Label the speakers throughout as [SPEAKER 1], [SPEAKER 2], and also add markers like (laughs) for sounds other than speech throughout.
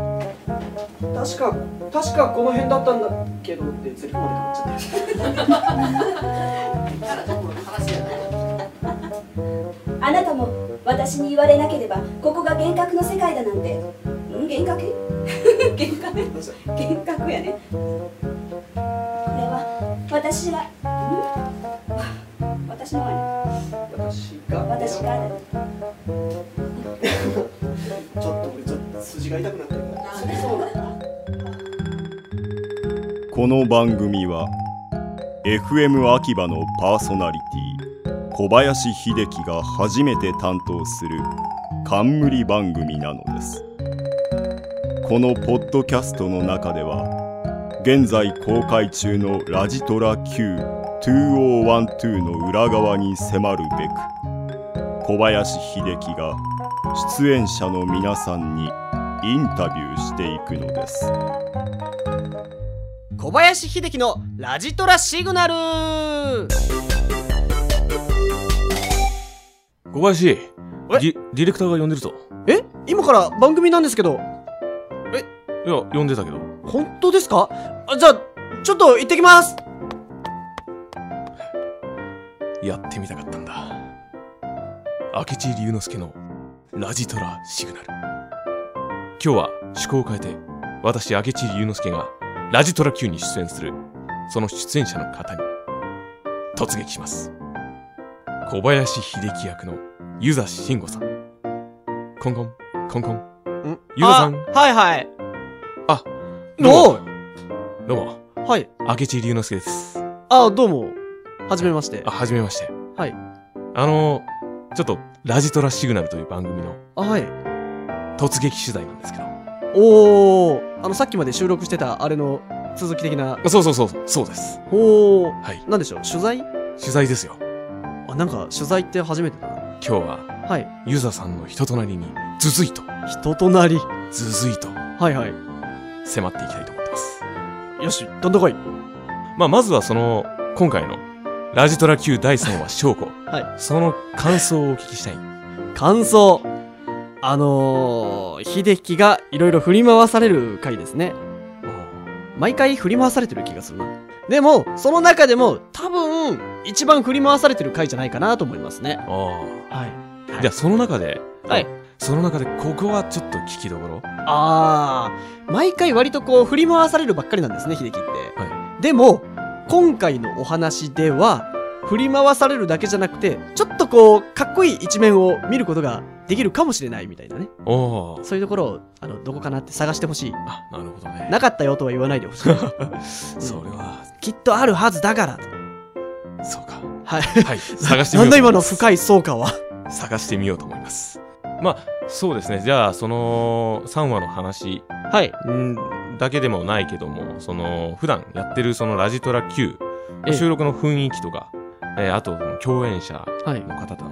[SPEAKER 1] 確か確かこの辺だったんだけどってセリフまで変わっちゃってる
[SPEAKER 2] からどころの話じゃない
[SPEAKER 3] あなたも私に言われなければここが幻覚の世界だなんてん幻覚 (laughs) 幻覚幻覚やねこれは私がん私の前に
[SPEAKER 1] 私が
[SPEAKER 3] 私が
[SPEAKER 1] ちょっと俺ちょっと筋が痛くなってるから
[SPEAKER 2] なんでそうなんだ
[SPEAKER 4] この番組は FM 秋葉のパーソナリティ小林秀樹が初めて担当する冠番組なのですこのポッドキャストの中では現在公開中の「ラジトラ Q2012」の裏側に迫るべく小林秀樹が出演者の皆さんにインタビューしていくのです
[SPEAKER 5] 小林秀樹のラジトラシグナル
[SPEAKER 6] 小林ディディレクターが呼んでるぞ
[SPEAKER 5] え今から番組なんですけど
[SPEAKER 6] いや呼んでたけど
[SPEAKER 5] 本当ですかあじゃあちょっと行ってきます
[SPEAKER 6] やってみたかったんだ明智龍之介のラジトラシグナル今日は趣向を変えて私明智龍之介がラジトラ Q に出演するその出演者の方に突撃します小林秀樹役の湯座慎吾さんコンコンコンコン湯座さん
[SPEAKER 5] あはいはい
[SPEAKER 6] あ
[SPEAKER 5] どう
[SPEAKER 6] どうも
[SPEAKER 5] もはい
[SPEAKER 6] 明智龍之介です
[SPEAKER 5] あどうもはじめまして
[SPEAKER 6] あ、はじめまして。
[SPEAKER 5] はい。
[SPEAKER 6] あのー、ちょっと、ラジトラシグナルという番組の
[SPEAKER 5] あはい
[SPEAKER 6] 突撃取材なんですけど。
[SPEAKER 5] おおあのさっきまで収録してたあれの続き的な
[SPEAKER 6] あそうそうそう、そうです。
[SPEAKER 5] おお
[SPEAKER 6] はい。
[SPEAKER 5] なんでしょう取材
[SPEAKER 6] 取材ですよ。
[SPEAKER 5] あなんか取材って初めてだな
[SPEAKER 6] 今日は、
[SPEAKER 5] はい
[SPEAKER 6] ユザさんの人となりに、ずずいと、
[SPEAKER 5] 人となり
[SPEAKER 6] ずずいと、
[SPEAKER 5] はいはい
[SPEAKER 6] 迫っていきたいと思ってます。
[SPEAKER 5] よしどんどこい
[SPEAKER 6] まあ、まずはその、今回の、ラジトラ Q 第3話、翔子。
[SPEAKER 5] は
[SPEAKER 6] その感想をお聞きしたい。
[SPEAKER 5] 感想あのー、秀樹がいろいろ振り回される回ですね毎回振り回されてる気がするなでもその中でも多分一番振り回されてる回じゃないかなと思いますね
[SPEAKER 6] ああ。
[SPEAKER 5] はい
[SPEAKER 6] じゃあ、その中で、
[SPEAKER 5] はい。
[SPEAKER 6] その中で、ここはちょっと聞きどころ。
[SPEAKER 5] あー毎回割とこう振り回されるばっかりなんですね秀樹って
[SPEAKER 6] は
[SPEAKER 5] でも今回のお話では振り回されるだけじゃなくてちょっとこうかっこいい一面を見ることができるかもしれないみたいなね
[SPEAKER 6] い。おー。
[SPEAKER 5] そういうところをあのどこかなって探してほしい
[SPEAKER 6] あ、なるほどね。
[SPEAKER 5] なかったよとは言わないでほしい
[SPEAKER 6] それは、
[SPEAKER 5] きっとあるはずだから
[SPEAKER 6] そうか。
[SPEAKER 5] はい
[SPEAKER 6] はい。探して
[SPEAKER 5] なんだ
[SPEAKER 6] みようと思
[SPEAKER 5] 今の
[SPEAKER 6] います。
[SPEAKER 5] 深いそうかは
[SPEAKER 6] 探してみようと思います。まあ、そうですね。じゃあ、その、3話の話
[SPEAKER 5] はい
[SPEAKER 6] んだけでもないけども、その、普段やってるそのラジトラ Q、
[SPEAKER 5] ええ
[SPEAKER 6] 収録の雰囲気とか、えーあと、共演者
[SPEAKER 5] はい
[SPEAKER 6] の方との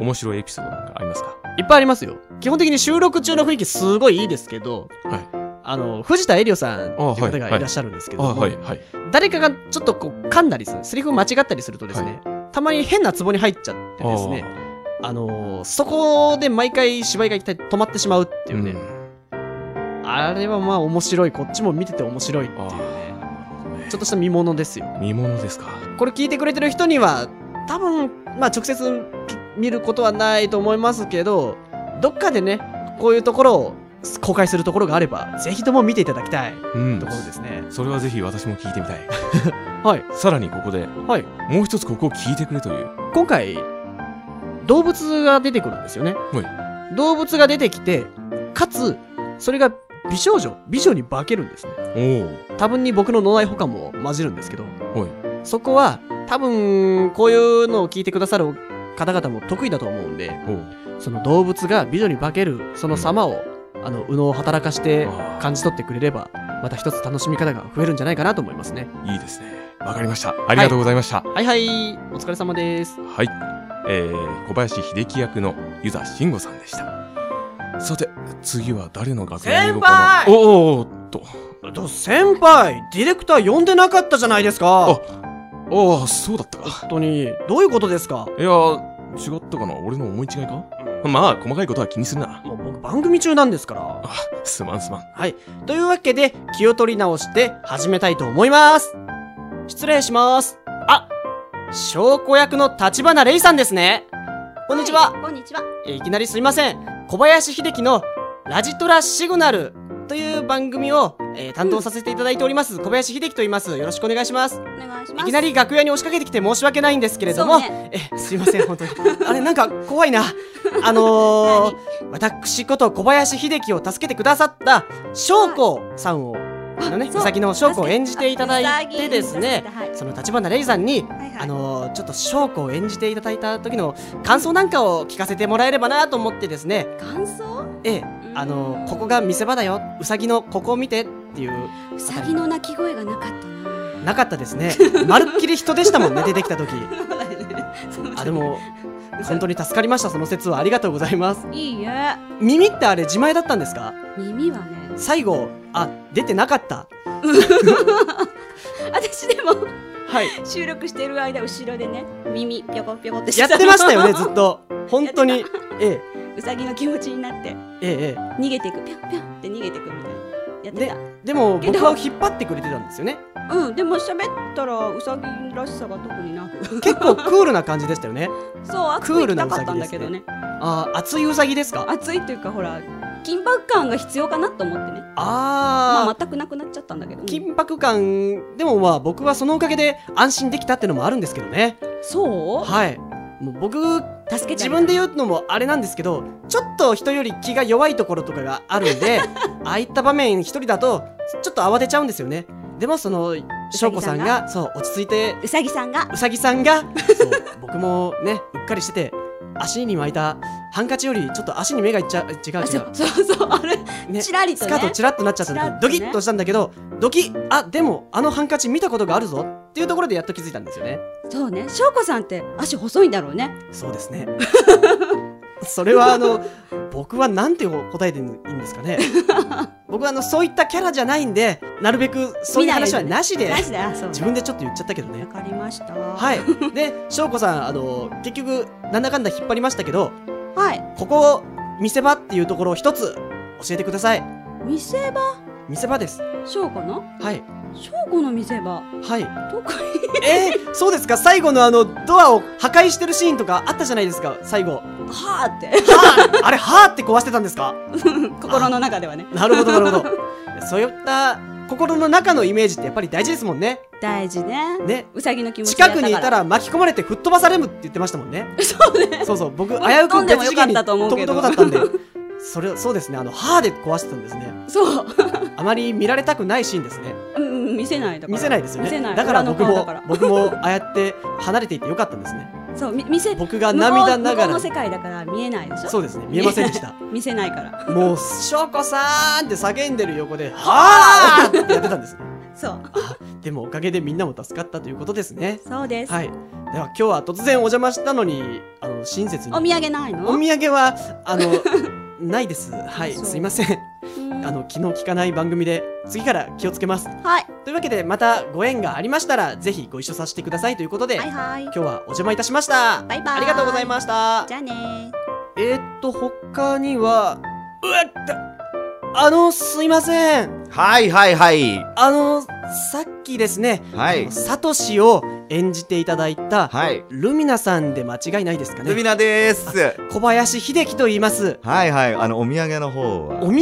[SPEAKER 6] 面白いエピソードなんかありますか
[SPEAKER 5] いっぱいありますよ基本的に収録中の雰囲気すごいいいですけど、
[SPEAKER 6] はい
[SPEAKER 5] あの藤田エリオさんっていう
[SPEAKER 6] あはい
[SPEAKER 5] 方がいらっしゃるんですけども、
[SPEAKER 6] はい。
[SPEAKER 5] 誰かがちょっとこう噛んだりするセリフを間違ったりするとですね、たまに変なツボに入っちゃってですねあのーそこで毎回芝居が一体止まってしまうっていうね、
[SPEAKER 6] うん
[SPEAKER 5] あれはまあ面白いこっちも見てて面白いっていう
[SPEAKER 6] あ
[SPEAKER 5] ね
[SPEAKER 6] ー
[SPEAKER 5] ちょっとした見ものですよ
[SPEAKER 6] 見物ですか。
[SPEAKER 5] これ聞いてくれてる人には多分まあ直接見ることはないと思いますけどどっかでねこういうところを公開するところがあればぜひとも見ていただきたい
[SPEAKER 6] うん
[SPEAKER 5] ところですね
[SPEAKER 6] それはぜひ私も聞いてみたい。
[SPEAKER 5] (laughs) はい
[SPEAKER 6] さらにここで、
[SPEAKER 5] はい
[SPEAKER 6] もう一つここを聞いてくれという、
[SPEAKER 5] 今回動物が出てくるんですよね、動物が出てきてかつそれが美少女美女に化けるんですね
[SPEAKER 6] おお
[SPEAKER 5] 多分に僕の脳内補完も混じるんですけど
[SPEAKER 6] はい
[SPEAKER 5] そこは多分こういうのを聞いてくださる方々も得意だと思うんで
[SPEAKER 6] お
[SPEAKER 5] その動物が美女に化けるその様を、あの右脳を働かして
[SPEAKER 6] あ
[SPEAKER 5] 感じ取ってくれればまた一つ楽しみ方が増えるんじゃないかなと思いますね
[SPEAKER 6] ーいいですねわかりましたありがとうございましたは
[SPEAKER 5] はいはいお疲れ様です
[SPEAKER 6] い、えー、小林秀樹役の湯沢慎吾さんでしたさて次は誰の楽屋に行こうかな
[SPEAKER 5] 先輩
[SPEAKER 6] おーおーおーっと
[SPEAKER 5] 先輩ディレクター呼んでなかったじゃないですか
[SPEAKER 6] あああそうだったか
[SPEAKER 5] 本当にど (laughs) ういうことですか
[SPEAKER 6] いやー違ったかな俺の思い違いかまあ細かいことは気にするな
[SPEAKER 5] もう僕番組中なんですから。
[SPEAKER 6] あ、すまんすまん。
[SPEAKER 5] はい。というわけで、気を取り直して始めたいと思います。失礼します。あ、証拠役の立花玲さんですね。こんにちは。
[SPEAKER 3] いこんにちは。
[SPEAKER 5] えーいきなりすいません。小林秀樹のラジトラシグナルという番組を、えー担当させていただいております、小林秀樹と言います。よろしくお願いします。
[SPEAKER 3] お願いします。
[SPEAKER 5] いきなり楽屋に押しかけてきて申し訳ないんですけれど
[SPEAKER 3] そ
[SPEAKER 5] も、
[SPEAKER 3] うね
[SPEAKER 5] え、すいません、本当に。あれ、なんか怖 (laughs) いな。あのー、私こと小林秀樹を助けてくださった翔子さんを、あのね、
[SPEAKER 3] あ
[SPEAKER 5] う
[SPEAKER 3] そう
[SPEAKER 5] さぎの翔子を演じていただいてですね
[SPEAKER 3] うさぎに出させてはい、
[SPEAKER 5] その立花玲さんに、
[SPEAKER 3] はいはい
[SPEAKER 5] あのー、ちょっと翔子を演じていただいた時の感想なんかを聞かせてもらえればなと思ってですね、
[SPEAKER 3] 感想？
[SPEAKER 5] ええ、あのー、ここが見せ場だよ、うさぎのここを見てっていう、
[SPEAKER 3] うさぎの鳴き声がなかったな。
[SPEAKER 5] なかったです
[SPEAKER 3] (laughs)
[SPEAKER 5] ね。まるっきり人でしたもんね、出てきた時。 (laughs) あ、でも、本当に助かりました、その説は。ありがとうございます。
[SPEAKER 3] いいえ。
[SPEAKER 5] 耳ってあれ、自前だったんですか
[SPEAKER 3] 耳はね。
[SPEAKER 5] 最後、あ、出てなかった。
[SPEAKER 3] 私でも
[SPEAKER 5] はい。
[SPEAKER 3] 収録してる間後ろでね耳ぴょこぴょこって
[SPEAKER 5] やってましたよ
[SPEAKER 3] (laughs)
[SPEAKER 5] ね、ずっと。本当に。え
[SPEAKER 3] うさぎの気持ちになって
[SPEAKER 5] え、ええ、え
[SPEAKER 3] 逃げていくぴょんぴょんって逃げていくみたいなやっ
[SPEAKER 5] え。
[SPEAKER 3] て
[SPEAKER 5] で、でも、
[SPEAKER 3] けど
[SPEAKER 5] 僕は引っ張ってくれてたんですよね。
[SPEAKER 3] たうんでも喋ったらうさぎらしさが特になく
[SPEAKER 5] 結構クールな感じでしたよね。
[SPEAKER 3] そう熱く行きたかったんだけどね
[SPEAKER 5] あー、熱いうさぎですか
[SPEAKER 3] 熱いっていうかほら緊迫感が必要かなと思ってね
[SPEAKER 5] あ
[SPEAKER 3] ま
[SPEAKER 5] ー
[SPEAKER 3] あ。全くなくなっちゃったんだけど、うん
[SPEAKER 5] 緊迫感でもまあ僕はそのおかげで安心できたってのもあるんですけどね
[SPEAKER 3] そう
[SPEAKER 5] はいもう僕
[SPEAKER 3] 助けてあげた
[SPEAKER 5] 自分で言うのもあれなんですけどちょっと人より気が弱いところとかがあるん (laughs) でああいった場面一人だとちょっと慌てちゃうんですよねでもその翔子さんがそう落ち着いて
[SPEAKER 3] うさぎさんが
[SPEAKER 5] うさぎさん (laughs) がそう僕もねうっかりしてて足に巻いたハンカチよりちょっと足に目がいっちゃ違う
[SPEAKER 3] あ
[SPEAKER 5] 違
[SPEAKER 3] そううそうそうあれ
[SPEAKER 5] ね
[SPEAKER 3] チラリと
[SPEAKER 5] ス
[SPEAKER 3] ね
[SPEAKER 5] カートチラッとなっちゃった
[SPEAKER 3] チラ
[SPEAKER 5] 時
[SPEAKER 3] ッとね
[SPEAKER 5] ドキッとしたんだけどドキッあでもあのハンカチ見たことがあるぞっていうところでやっと気づいたんですよね
[SPEAKER 3] そうね翔子さんって足細いんだろうね
[SPEAKER 5] そうですね (laughs) それはあの僕はなんて答えていいんです
[SPEAKER 3] (laughs)
[SPEAKER 5] かね僕はあのそういったキャラじゃないんでなるべくそういう話はなしで
[SPEAKER 3] なしだよそう
[SPEAKER 5] 自分でちょっと言っちゃったけどね
[SPEAKER 3] わかりましたは、
[SPEAKER 5] はいいで翔子さんあの結局なんだかんだ引っ張りましたけど
[SPEAKER 3] はい、
[SPEAKER 5] ここを見せ場っていうところを一つ教えてください
[SPEAKER 3] 見せ場
[SPEAKER 5] 見せ場です
[SPEAKER 3] 翔子の
[SPEAKER 5] はい
[SPEAKER 3] 翔子の見せ
[SPEAKER 5] は
[SPEAKER 3] 場
[SPEAKER 5] い
[SPEAKER 3] どこ
[SPEAKER 5] えー、そうですか最後のあのドアを破壊してるシーンとかあったじゃないですか最後は
[SPEAKER 3] にはあって
[SPEAKER 5] (laughs) ああれはあって壊してたんですか
[SPEAKER 3] 心の中ではね
[SPEAKER 5] なるほどなるほどそういった心の中のイメージってやっぱり大事ですもんね
[SPEAKER 3] 大事ね
[SPEAKER 5] ね
[SPEAKER 3] うさぎの気持ちでや
[SPEAKER 5] 近
[SPEAKER 3] っ
[SPEAKER 5] くにいた
[SPEAKER 3] から
[SPEAKER 5] 巻き込まれて吹っ飛ばされるって言ってましたもんねそうねそうそう僕危
[SPEAKER 3] っ
[SPEAKER 5] う
[SPEAKER 3] 飛
[SPEAKER 5] く
[SPEAKER 3] んで
[SPEAKER 5] 別
[SPEAKER 3] も
[SPEAKER 5] 次元
[SPEAKER 3] よかっ
[SPEAKER 5] に
[SPEAKER 3] たと思う
[SPEAKER 5] 飛
[SPEAKER 3] け
[SPEAKER 5] ぶ
[SPEAKER 3] ど
[SPEAKER 5] とこだったんでそれそうですねあの歯で壊してたんですね
[SPEAKER 3] ら (laughs) そう、
[SPEAKER 5] あまり見られたくないシーンですね
[SPEAKER 3] うんうん、見せないだから
[SPEAKER 5] 見せないですよね
[SPEAKER 3] 見せない
[SPEAKER 5] だから
[SPEAKER 3] 裏の
[SPEAKER 5] 僕
[SPEAKER 3] 顔だ
[SPEAKER 5] も
[SPEAKER 3] から
[SPEAKER 5] 僕もああやって離れていってよかったんですね
[SPEAKER 3] そうみ見せ
[SPEAKER 5] 僕が涙なが
[SPEAKER 3] 向こう向こうの
[SPEAKER 5] ら
[SPEAKER 3] 世界だから見えないでしょ
[SPEAKER 5] そうですね見えませんでした
[SPEAKER 3] 見せないから
[SPEAKER 5] もう、翔子さーんって叫んでる横で、はーってやってたんです。
[SPEAKER 3] そう
[SPEAKER 5] でもおかげでみんなも助かったということですね。
[SPEAKER 3] そうです、
[SPEAKER 5] はい。では今日は突然お邪魔したのに、あの、親切に。
[SPEAKER 3] お土産ないの
[SPEAKER 5] お土産は、あの、
[SPEAKER 3] (laughs)
[SPEAKER 5] ないです。はい。
[SPEAKER 3] そう
[SPEAKER 5] すいません。
[SPEAKER 3] うん
[SPEAKER 5] あの、昨日聞かない番組で、次から気をつけます。
[SPEAKER 3] はい
[SPEAKER 5] というわけで、またご縁がありましたら、ぜひご一緒させてくださいということで、
[SPEAKER 3] はいはい
[SPEAKER 5] 今日はお邪魔いたしました。
[SPEAKER 3] バイバイ
[SPEAKER 5] ありがとうございました。
[SPEAKER 3] じゃあねー
[SPEAKER 5] えー、っと、他には、うわっあの、すいません。
[SPEAKER 2] (laughs) はいはいはい。
[SPEAKER 5] あの、さっきですね、
[SPEAKER 2] は
[SPEAKER 5] あ
[SPEAKER 2] い
[SPEAKER 5] の。サトシを演じていただいた、
[SPEAKER 2] はい。
[SPEAKER 5] ルミナさんで間違いないですか
[SPEAKER 2] ルミ
[SPEAKER 5] ね。
[SPEAKER 2] ナです。
[SPEAKER 5] 小林秀樹と言います。
[SPEAKER 2] はいはい。あの、お土産の方
[SPEAKER 5] お
[SPEAKER 2] は。
[SPEAKER 5] 土産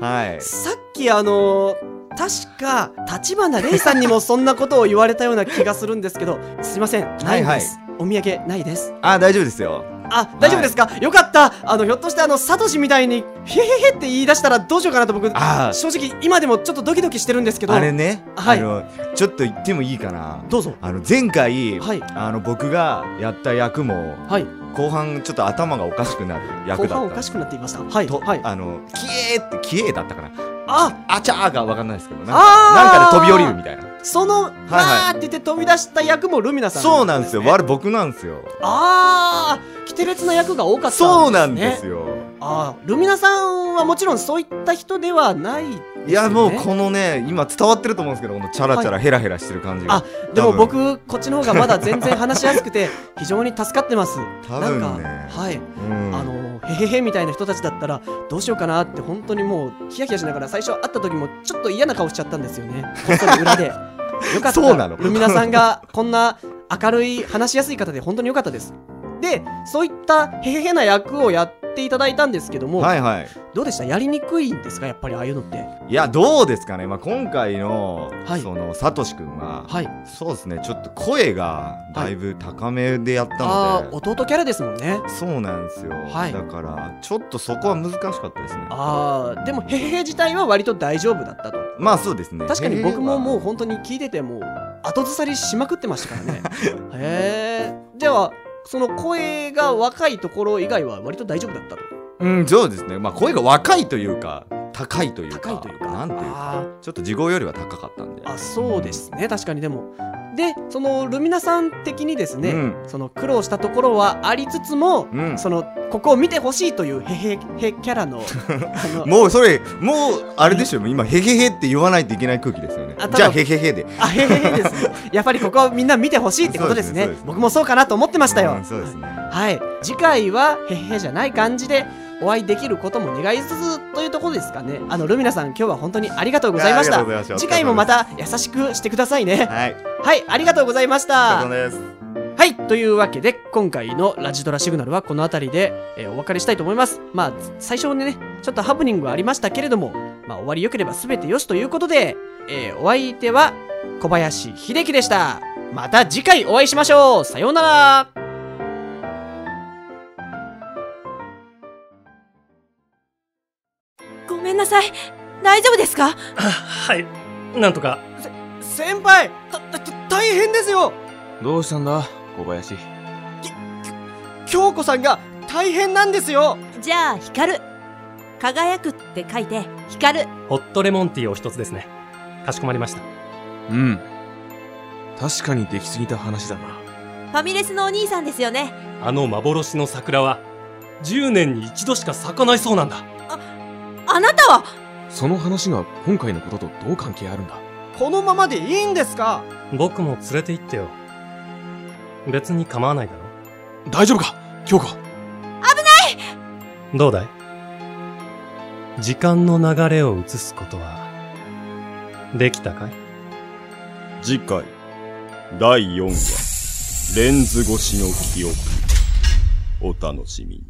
[SPEAKER 2] はい。
[SPEAKER 5] さっきあの確か、立花玲さんにもそんなことを言われたような気がするんですけど、すいません、ないん
[SPEAKER 2] はいはい
[SPEAKER 5] です。お土産ないです。
[SPEAKER 2] あ、大丈夫ですよ。
[SPEAKER 5] あ、大丈夫ですか、よかったあの、ひょっとしてあの、サトシみたいに、へへへって言い出したらどうしようかなと僕、
[SPEAKER 2] あ
[SPEAKER 5] 正直今でもちょっとドキドキしてるんですけど、
[SPEAKER 2] あれね。
[SPEAKER 5] はい
[SPEAKER 2] あの、ちょっと言ってもいいかな。
[SPEAKER 5] どうぞ。
[SPEAKER 2] あの、前回、
[SPEAKER 5] はい。
[SPEAKER 2] あの、僕がやった役も、
[SPEAKER 5] はい。
[SPEAKER 2] 後半ちょっと頭がおかしくなる
[SPEAKER 5] 後
[SPEAKER 2] 役だった。
[SPEAKER 5] 半おかしくなっていました。はい。
[SPEAKER 2] と、
[SPEAKER 5] はい。
[SPEAKER 2] あの、キエーって、キエーだったかな。
[SPEAKER 5] あ、
[SPEAKER 2] あちゃーがわかんないですけど、なんかなん
[SPEAKER 5] あー
[SPEAKER 2] かで飛び降りるみたいな。
[SPEAKER 5] その、わ
[SPEAKER 2] はい
[SPEAKER 5] ーって言って飛び出した役もルミナさん、
[SPEAKER 2] そうなんですよ。
[SPEAKER 5] ね
[SPEAKER 2] 我僕なんですよ。
[SPEAKER 5] あー、キテレツな役が多かったんですね。
[SPEAKER 2] そうなんですよ。
[SPEAKER 5] ああ、ルミナさんはもちろんそういった人ではない。
[SPEAKER 2] いやもうこのね今伝わってると思うんですけどこのチャラチャラヘラヘラしてる感じが、
[SPEAKER 5] あでも僕、こっちの方がまだ全然話しやすく
[SPEAKER 2] (laughs)
[SPEAKER 5] て、非常に助かってます。
[SPEAKER 2] 多
[SPEAKER 5] なん
[SPEAKER 2] 分
[SPEAKER 5] か、
[SPEAKER 2] ね
[SPEAKER 5] はい。
[SPEAKER 2] うん
[SPEAKER 5] あの、へへへみたいな人たちだったら、どうしようかなって本当にもう、ヒヤヒヤしながら最初会った時もちょっと嫌な顔しちゃったんですよね。こっそり裏
[SPEAKER 2] (laughs)
[SPEAKER 5] で。よかった。
[SPEAKER 2] そうなの
[SPEAKER 5] ルミナさんがこんな明るい話しやすい方で本当によかったです。で、そういったへへへな役をやっていただいたんですけども、
[SPEAKER 2] はいはい
[SPEAKER 5] どうでしたやりにくいんですかやっぱりああいうのって。
[SPEAKER 2] いやどうですかね、まあ、今回の、
[SPEAKER 5] はい
[SPEAKER 2] そのサトシ君は、
[SPEAKER 5] はい。
[SPEAKER 2] そうですねちょっと声がだいぶ高めでやった
[SPEAKER 5] ああー、
[SPEAKER 2] ので、
[SPEAKER 5] 弟キャラですもんね。
[SPEAKER 2] そうなんですよ、
[SPEAKER 5] はい
[SPEAKER 2] だからちょっとそこは難しかったですね
[SPEAKER 5] ああ、でもへへへ自体は割と大丈夫だったと。
[SPEAKER 2] まあそうですね
[SPEAKER 5] 確かに僕ももう
[SPEAKER 2] う
[SPEAKER 5] 本当に聞いててもう後ずさりしまくってましたから
[SPEAKER 2] (laughs)
[SPEAKER 5] ねへえではその声が若いところ以外は割と大丈夫だったと
[SPEAKER 2] うんそうですねまあ声が若いというか高いというか
[SPEAKER 5] 高いというか
[SPEAKER 2] なんていうか
[SPEAKER 5] あ
[SPEAKER 2] ちょっと地声よりは高かったんで
[SPEAKER 5] ーあそうですね確かにでもでそのルミナさん的にですね、
[SPEAKER 2] うん
[SPEAKER 5] その苦労したところはありつつも、
[SPEAKER 2] うん
[SPEAKER 5] そのここを見てほしいというへへへキャラ
[SPEAKER 2] (laughs)
[SPEAKER 5] のあの
[SPEAKER 2] もうそれもうあれでしょ今へへへって言わないといけない空気ですよね
[SPEAKER 5] あ多分
[SPEAKER 2] じゃあへへへで
[SPEAKER 5] あへへへですねやっぱりここをみんな見てほしいってことですね
[SPEAKER 2] そうですねそうですね
[SPEAKER 5] 僕もそうかなと思ってましたよ、
[SPEAKER 2] うんそうですね
[SPEAKER 5] はい、次回はへっへじゃない感じでお会いできることも願いつつというところですかねあのルミナさん今日は本当にありがとうございまし
[SPEAKER 2] いや
[SPEAKER 5] た
[SPEAKER 2] ありがとうございました
[SPEAKER 5] 次回もまた優しくしてくださいね
[SPEAKER 2] はい
[SPEAKER 5] はいありがとうございまし
[SPEAKER 2] あ
[SPEAKER 5] た
[SPEAKER 2] りがとうございま
[SPEAKER 5] はいというわけで今回のラジドラシグナルはこの辺りで、えーお別れしたいと思いますまあ最初にねちょっとハプニングはありましたけれどもまあ終わり良ければ全てよしということで、えーお相手は小林秀樹でしたまた次回お会いしましょうさようなら
[SPEAKER 7] ごめんなさい。大丈夫ですか
[SPEAKER 8] はい。なんとか。
[SPEAKER 5] 先輩た、た、た大変ですよ
[SPEAKER 6] どうしたんだ小林
[SPEAKER 5] 京子さんが大変なんですよ
[SPEAKER 7] じゃあ、光る。輝くって書いて、光る。
[SPEAKER 8] ホットレモンティーを一つですね。かしこまりました。
[SPEAKER 6] うん確かにできすぎた話だな
[SPEAKER 7] ファミレスのお兄さんですよね。
[SPEAKER 8] あの幻の桜は、10年に一度しか咲かないそうなんだ。
[SPEAKER 7] あなたは
[SPEAKER 6] その話が今回のこととどう関係あるんだ
[SPEAKER 5] このままでいいんですか
[SPEAKER 8] 僕も連れて行ってよ。別に構わないだろ。
[SPEAKER 6] 大丈夫か京子
[SPEAKER 8] どうだい時間の流れを移すことは、できたかい
[SPEAKER 4] 次回第4話「レンズ越しの記憶」お楽しみに。